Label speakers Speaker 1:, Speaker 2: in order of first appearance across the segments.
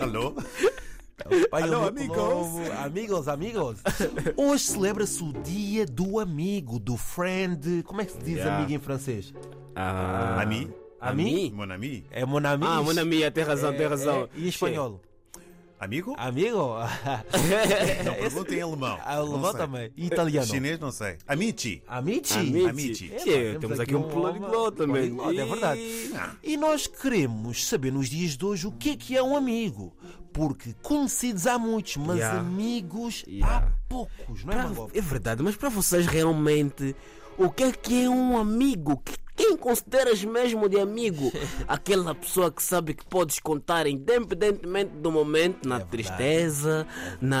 Speaker 1: Alô?
Speaker 2: Olha,
Speaker 1: Alô,
Speaker 2: o
Speaker 1: amigos.
Speaker 2: Globo. Amigos, amigos. Hoje celebra-se o dia do amigo, do friend. Como é que se diz
Speaker 3: Yeah.
Speaker 2: amigo em francês?
Speaker 3: Ah,
Speaker 1: Ami?
Speaker 2: Ami?
Speaker 1: Mon ami?
Speaker 2: É mon ami.
Speaker 3: ah mona mia, tem razão, tem
Speaker 2: É,
Speaker 3: razão.
Speaker 2: é, e em espanhol?
Speaker 1: Amigo?
Speaker 2: Ah, Amigo? é,
Speaker 1: Não pergunta em alemão.
Speaker 2: Ah, Alemão
Speaker 1: Não sei.
Speaker 2: também. E Italiano.
Speaker 1: Chinês, não sei. Amici.
Speaker 2: Amici.
Speaker 3: É,
Speaker 2: É,
Speaker 3: Amici.
Speaker 1: Amici.
Speaker 3: Che,
Speaker 2: Epá,
Speaker 3: temos aqui um poliglota, man.
Speaker 2: poliglota, É
Speaker 3: Ih.
Speaker 2: verdade. E nós queremos saber nos dias de hoje o que é que é um amigo. Porque conhecidos há muitos, mas
Speaker 3: Yeah.
Speaker 2: amigos
Speaker 3: Yeah.
Speaker 2: há poucos, não é,
Speaker 3: Pra-
Speaker 2: Mangob?
Speaker 3: é verdade, mas para vocês realmente, o que é que é um amigo? Que- Quem consideras mesmo de amigo? Aquela pessoa que sabe que podes contar independentemente do momento, na
Speaker 2: É verdade.
Speaker 3: tristeza, na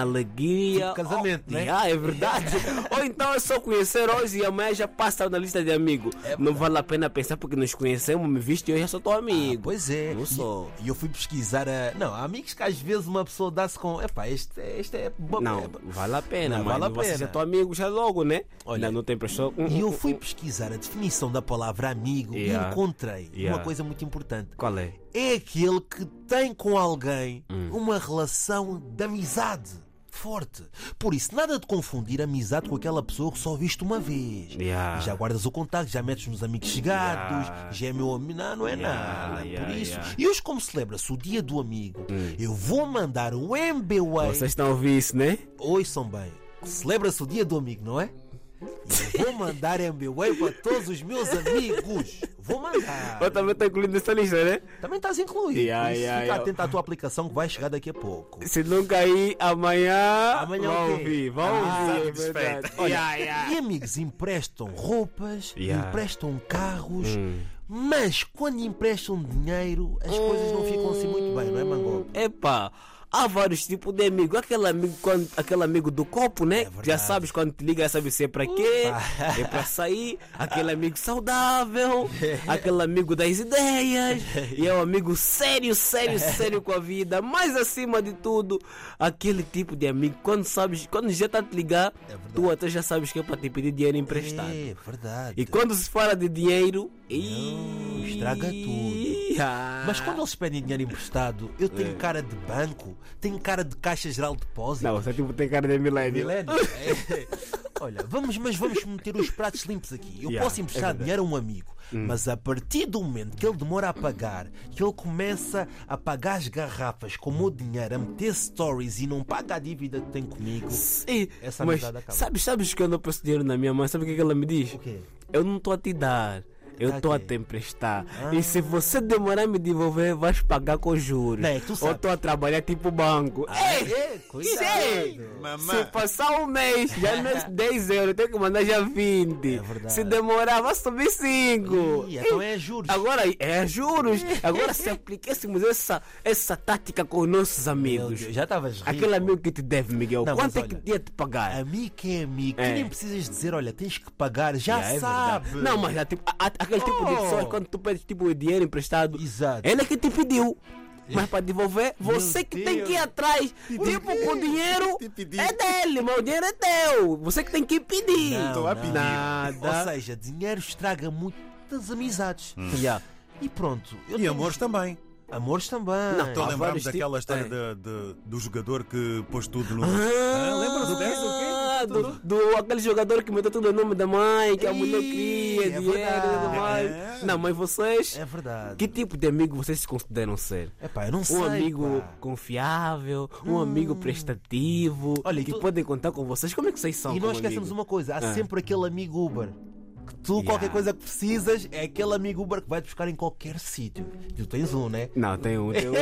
Speaker 2: Tipo
Speaker 3: alegria.
Speaker 2: casamento,
Speaker 3: ou,
Speaker 2: né?
Speaker 3: Ah, é verdade. ou então é só conhecer hoje e amanhã já passa na lista de amigo.
Speaker 2: É
Speaker 3: Não vale a pena pensar porque nos conhecemos, me viste e hoje eu sou teu
Speaker 2: Ah,
Speaker 3: amigo.
Speaker 2: pois é.
Speaker 3: Não sou.
Speaker 2: E, e eu fui pesquisar a. Não, há amigos que às vezes uma pessoa dá-se com. Epá, este, é- este é. bo- é
Speaker 3: Não,
Speaker 2: bo-
Speaker 3: vale a pena,
Speaker 2: Não,
Speaker 3: mano.
Speaker 2: vale a
Speaker 3: Você
Speaker 2: pena.
Speaker 3: já é teu amigo já logo, né?
Speaker 2: Olha,
Speaker 3: Olha, não tem pessoa.
Speaker 2: E eu fui pesquisar a definição da palavra amigo
Speaker 3: Yeah.
Speaker 2: e encontrei
Speaker 3: Yeah.
Speaker 2: uma coisa muito importante.
Speaker 3: Qual é?
Speaker 2: É aquele que tem com alguém uma relação de amizade forte. Por isso, nada de confundir amizade com aquela pessoa que só viste uma vez.
Speaker 3: Yeah.
Speaker 2: E já guardas o contacto, já metes nos amigos chegados,
Speaker 3: Yeah.
Speaker 2: já é meu amigo. Não, não é
Speaker 3: Yeah,
Speaker 2: nada.
Speaker 3: yeah,
Speaker 2: Por isso.
Speaker 3: yeah. Hum.
Speaker 2: E hoje, como celebra-se o dia do amigo, eu vou mandar um MBWay.
Speaker 3: Vocês estão a ouvir isso, né?
Speaker 2: Hoje são bem. Celebra-se o dia do amigo, não é? E eu vou mandar MBWay para todos os meus amigos. Vou mandar.
Speaker 3: Eu também estou incluindo nessa lista, né?
Speaker 2: Também estás incluído.
Speaker 3: Yeah,
Speaker 2: Por isso,
Speaker 3: yeah,
Speaker 2: fica
Speaker 3: yeah.
Speaker 2: atento à tua aplicação que vai chegar daqui a pouco.
Speaker 3: Se não cair, amanhã.
Speaker 2: Amanhã é o
Speaker 3: vão
Speaker 2: quê?
Speaker 3: ouvir, vão
Speaker 2: Ah,
Speaker 3: ouvir. É
Speaker 1: satisfeito.
Speaker 3: verdade. Yeah, yeah.
Speaker 2: E amigos emprestam roupas,
Speaker 3: Yeah. Hum.
Speaker 2: emprestam carros, mas quando emprestam dinheiro as coisas não ficam assim muito bem, não é, Mango?
Speaker 3: Epá, há vários tipos de amigo. Aquele amigo, quando, aquele amigo do copo, né?
Speaker 2: É verdade.
Speaker 3: já sabes quando te liga, sabes se é para quê, é para sair. Aquele amigo saudável, aquele amigo das ideias. E é um amigo sério, sério, sério com a vida. Mas acima de tudo, aquele tipo de amigo, quando sabes, quando já está a te ligar,
Speaker 2: É verdade.
Speaker 3: tu até já sabes que é para te pedir dinheiro emprestado.
Speaker 2: É verdade.
Speaker 3: E quando se fala de dinheiro,
Speaker 2: Não,
Speaker 3: ih,
Speaker 2: estraga tudo.
Speaker 3: ah.
Speaker 2: Mas quando eles pedem dinheiro emprestado, eu
Speaker 3: É.
Speaker 2: tenho cara de banco, tenho cara de Caixa Geral de Depósito.
Speaker 3: Não, você tipo tem cara de milênio.
Speaker 2: Milênio. É. Olha, vamos, mas vamos meter os pratos limpos aqui. Eu
Speaker 3: Yeah,
Speaker 2: posso emprestar dinheiro a um amigo, mas a partir do momento que ele demora a pagar, que ele começa a pagar as garrafas com o meu dinheiro, a meter stories e não paga a dívida que tem comigo.
Speaker 3: Sim,
Speaker 2: Essa
Speaker 3: mas
Speaker 2: amizade acaba.
Speaker 3: sabes, sabes que eu não peço dinheiro na minha mãe, sabe o que, é que ela me diz?
Speaker 2: O quê?
Speaker 3: Eu não estou a te dar, eu
Speaker 2: Tá
Speaker 3: estou a
Speaker 2: aqui.
Speaker 3: te emprestar.
Speaker 2: Ah.
Speaker 3: E se você demorar a me devolver, vais pagar com juros.
Speaker 2: Não, é que tu
Speaker 3: Ou
Speaker 2: sabe.
Speaker 3: estou a trabalhar tipo banco. Ei,
Speaker 2: É,
Speaker 3: sei. Se
Speaker 1: Mamã.
Speaker 3: passar um mês, já não é 10 euros, eu tenho que mandar já 20.
Speaker 2: É verdade.
Speaker 3: Se demorar, vai subir 5.
Speaker 2: Ih, então é juros.
Speaker 3: Agora é juros. Agora se apliquéssemos essa, essa tática com nossos
Speaker 2: Meu
Speaker 3: amigos.
Speaker 2: Deus, já estavas rico.
Speaker 3: Aquele amigo que te deve, Miguel,
Speaker 2: Não,
Speaker 3: quanto
Speaker 2: mas
Speaker 3: é que
Speaker 2: olha,
Speaker 3: tinha de pagar?
Speaker 2: Amigo é amigo.
Speaker 3: É.
Speaker 2: Tu nem precisas dizer, olha, tens que pagar, já
Speaker 3: Yeah, é
Speaker 2: sabe.
Speaker 3: verdade. Não, mas há tipo, há- há aquele tipo de
Speaker 2: Oh.
Speaker 3: pessoas, quando tu pedes tipo dinheiro emprestado,
Speaker 2: Exato. É.
Speaker 3: ele é que te pediu. Mas para devolver, você que tem que ir
Speaker 2: Deus.
Speaker 3: atrás. Tipo, com o dinheiro
Speaker 1: Te pedi.
Speaker 3: é dele, mas o dinheiro é teu. Você que tem que pedir.
Speaker 2: Não, é.
Speaker 1: Tô a pedir.
Speaker 3: Nada.
Speaker 2: Ou seja, dinheiro estraga muitas amizades.
Speaker 3: Yeah.
Speaker 2: E pronto. eu
Speaker 1: E
Speaker 2: tenho-
Speaker 1: amores também.
Speaker 2: Amores também.
Speaker 3: Não,
Speaker 1: Estou a
Speaker 3: Há
Speaker 1: lembrar-me
Speaker 3: vários
Speaker 1: daquela
Speaker 3: tipos-
Speaker 1: história da- de- do jogador que pôs tudo no. Ah, lembra-se dessa? O quê?
Speaker 3: Ah, do, do- aquele jogador que meteu tudo o nome da mãe, que a
Speaker 2: Ih,
Speaker 3: mulher queria,
Speaker 2: é
Speaker 3: dinheiro e tudo
Speaker 2: verdade.
Speaker 3: mais.
Speaker 1: É.
Speaker 3: Não, mas vocês,
Speaker 2: É verdade.
Speaker 3: que tipo de amigo vocês se consideram ser?
Speaker 2: Epá, eu não sei.
Speaker 3: Um amigo
Speaker 2: pá. Hum.
Speaker 3: confiável, um amigo prestativo,
Speaker 2: Olha, e
Speaker 3: que
Speaker 2: tu-
Speaker 3: podem contar com vocês. Como é que vocês são?
Speaker 2: E
Speaker 3: como
Speaker 2: nós esquecemos
Speaker 3: amigo?
Speaker 2: uma coisa: há
Speaker 3: Ah.
Speaker 2: sempre aquele amigo Uber. Que tu, qualquer coisa que precisas, é aquele amigo Uber que vai te buscar em qualquer sítio. Tu tens um, né?
Speaker 3: Não, tem um, tem um.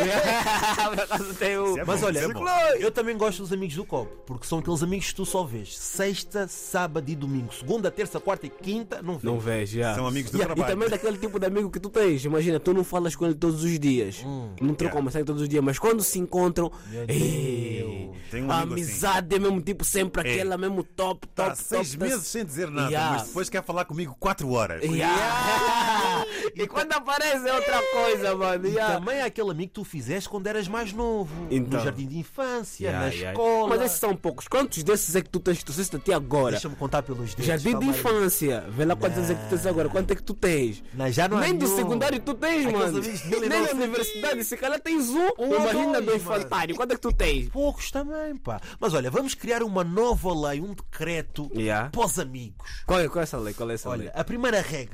Speaker 3: Por acaso tem um.
Speaker 1: Isso é
Speaker 2: Mas
Speaker 1: bom,
Speaker 2: olha,
Speaker 1: isso é bom.
Speaker 2: eu também gosto dos amigos do copo, porque são aqueles amigos que tu só vês sexta, sábado e domingo. Segunda, terça, quarta e quinta, não vês.
Speaker 3: Não vejo, já.
Speaker 1: São amigos do
Speaker 3: Yeah, E
Speaker 1: trabalho.
Speaker 3: também daquele tipo de amigo que tu tens. Imagina, tu não falas com ele todos os dias.
Speaker 2: Hum.
Speaker 3: não trocam
Speaker 1: yeah.
Speaker 3: mensagem todos os dias, mas quando se encontram. ei,
Speaker 1: Tem um
Speaker 3: a
Speaker 1: amigo assim.
Speaker 3: amizade é mesmo tipo sempre aquela, mesmo top,
Speaker 1: Está
Speaker 3: top, top.
Speaker 1: seis
Speaker 3: tá-
Speaker 1: meses sem dizer nada,
Speaker 3: Yeah.
Speaker 1: mas depois quer falar comigo 4 horas.
Speaker 3: Yeah. E quando aparece é outra coisa, mano.
Speaker 2: E
Speaker 3: Yeah.
Speaker 2: também é aquele amigo que tu fizeste quando eras mais novo.
Speaker 3: Então.
Speaker 2: No jardim de infância,
Speaker 3: Yeah,
Speaker 2: na
Speaker 3: yeah.
Speaker 2: escola.
Speaker 3: Mas esses são poucos. Quantos desses é que tu tens que tu tens até agora?
Speaker 2: Deixa-me contar pelos dedos.
Speaker 3: Jardim de
Speaker 2: calma aí.
Speaker 3: infância. Vê lá quantos é que tu tens agora. Quanto é que tu tens?
Speaker 2: Não, já não há
Speaker 3: Nem do
Speaker 2: nenhum. É
Speaker 3: secundário tu tens,
Speaker 2: Aqueles
Speaker 3: mano.
Speaker 2: amigos dele
Speaker 3: Nem
Speaker 2: não
Speaker 3: na
Speaker 2: sei.
Speaker 3: universidade. Se calhar tens um.
Speaker 2: Um ou
Speaker 3: Imagina do
Speaker 2: dois, mano.
Speaker 3: infantário. Quanto é que tu tens?
Speaker 2: Poucos também, pá. Mas olha, vamos criar uma nova lei, um decreto
Speaker 3: Yeah.
Speaker 2: pós amigos.
Speaker 3: Qual é, qual é essa lei? Qual é essa
Speaker 2: Olha,
Speaker 3: lei?
Speaker 2: a primeira regra.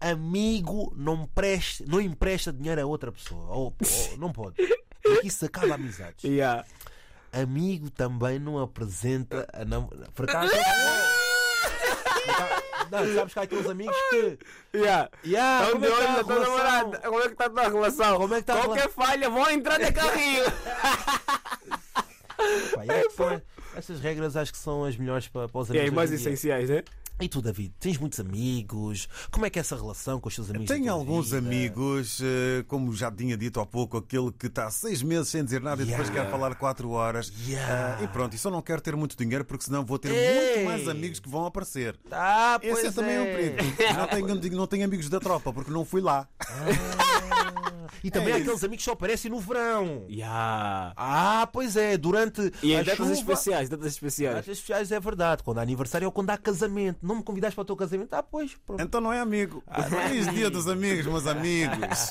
Speaker 2: Amigo não, preste, não empresta dinheiro a outra pessoa. Ou, ou- não pode. Porque isso acaba amizades.
Speaker 3: Yeah.
Speaker 2: Amigo também não apresenta a nam... Por acaso- Não, sabes que há aqueles amigos que.
Speaker 3: Yeah.
Speaker 2: Yeah,
Speaker 3: Então,
Speaker 2: como é
Speaker 3: de
Speaker 2: que
Speaker 3: olho
Speaker 2: tá a
Speaker 3: na tua
Speaker 2: relação?
Speaker 3: namorada. Como é que está a tua relação?
Speaker 2: Como é que tá a
Speaker 3: Qualquer falha, vão entrar de carrinho.
Speaker 2: Pá, e é que são- Estas regras acho que são as melhores para, para os
Speaker 3: E
Speaker 2: amigos.
Speaker 3: aí, mais
Speaker 2: hoje em dia.
Speaker 3: essenciais, né?
Speaker 2: E tu, David, tens muitos amigos? Como é que é essa relação com os teus amigos? da
Speaker 1: Tenho
Speaker 2: tua
Speaker 1: alguns
Speaker 2: vida?
Speaker 1: amigos, eh, como já tinha dito há pouco, aquele que está há seis meses sem dizer nada e
Speaker 2: Yeah.
Speaker 1: depois quer falar quatro horas.
Speaker 2: Yeah.
Speaker 1: Ah, e pronto, e só não quero ter muito dinheiro porque senão vou ter
Speaker 2: Ei.
Speaker 1: muito mais amigos que vão aparecer.
Speaker 2: Ah, pois
Speaker 1: Esse é também um perigo. Não tenho, não tenho amigos da tropa porque não fui lá.
Speaker 2: E também
Speaker 1: É
Speaker 2: há
Speaker 1: isso.
Speaker 2: aqueles amigos que só aparecem no verão.
Speaker 3: Yeah.
Speaker 2: Ah, pois é, durante
Speaker 3: E
Speaker 2: a
Speaker 3: em datas
Speaker 2: chuva...
Speaker 3: especiais, datas especiais.
Speaker 2: Datas especiais é verdade, quando há aniversário ou quando há casamento. Não me convidaste para o teu casamento? Ah, pois, pronto.
Speaker 1: Então não é amigo. Feliz dia dos amigos, meus amigos.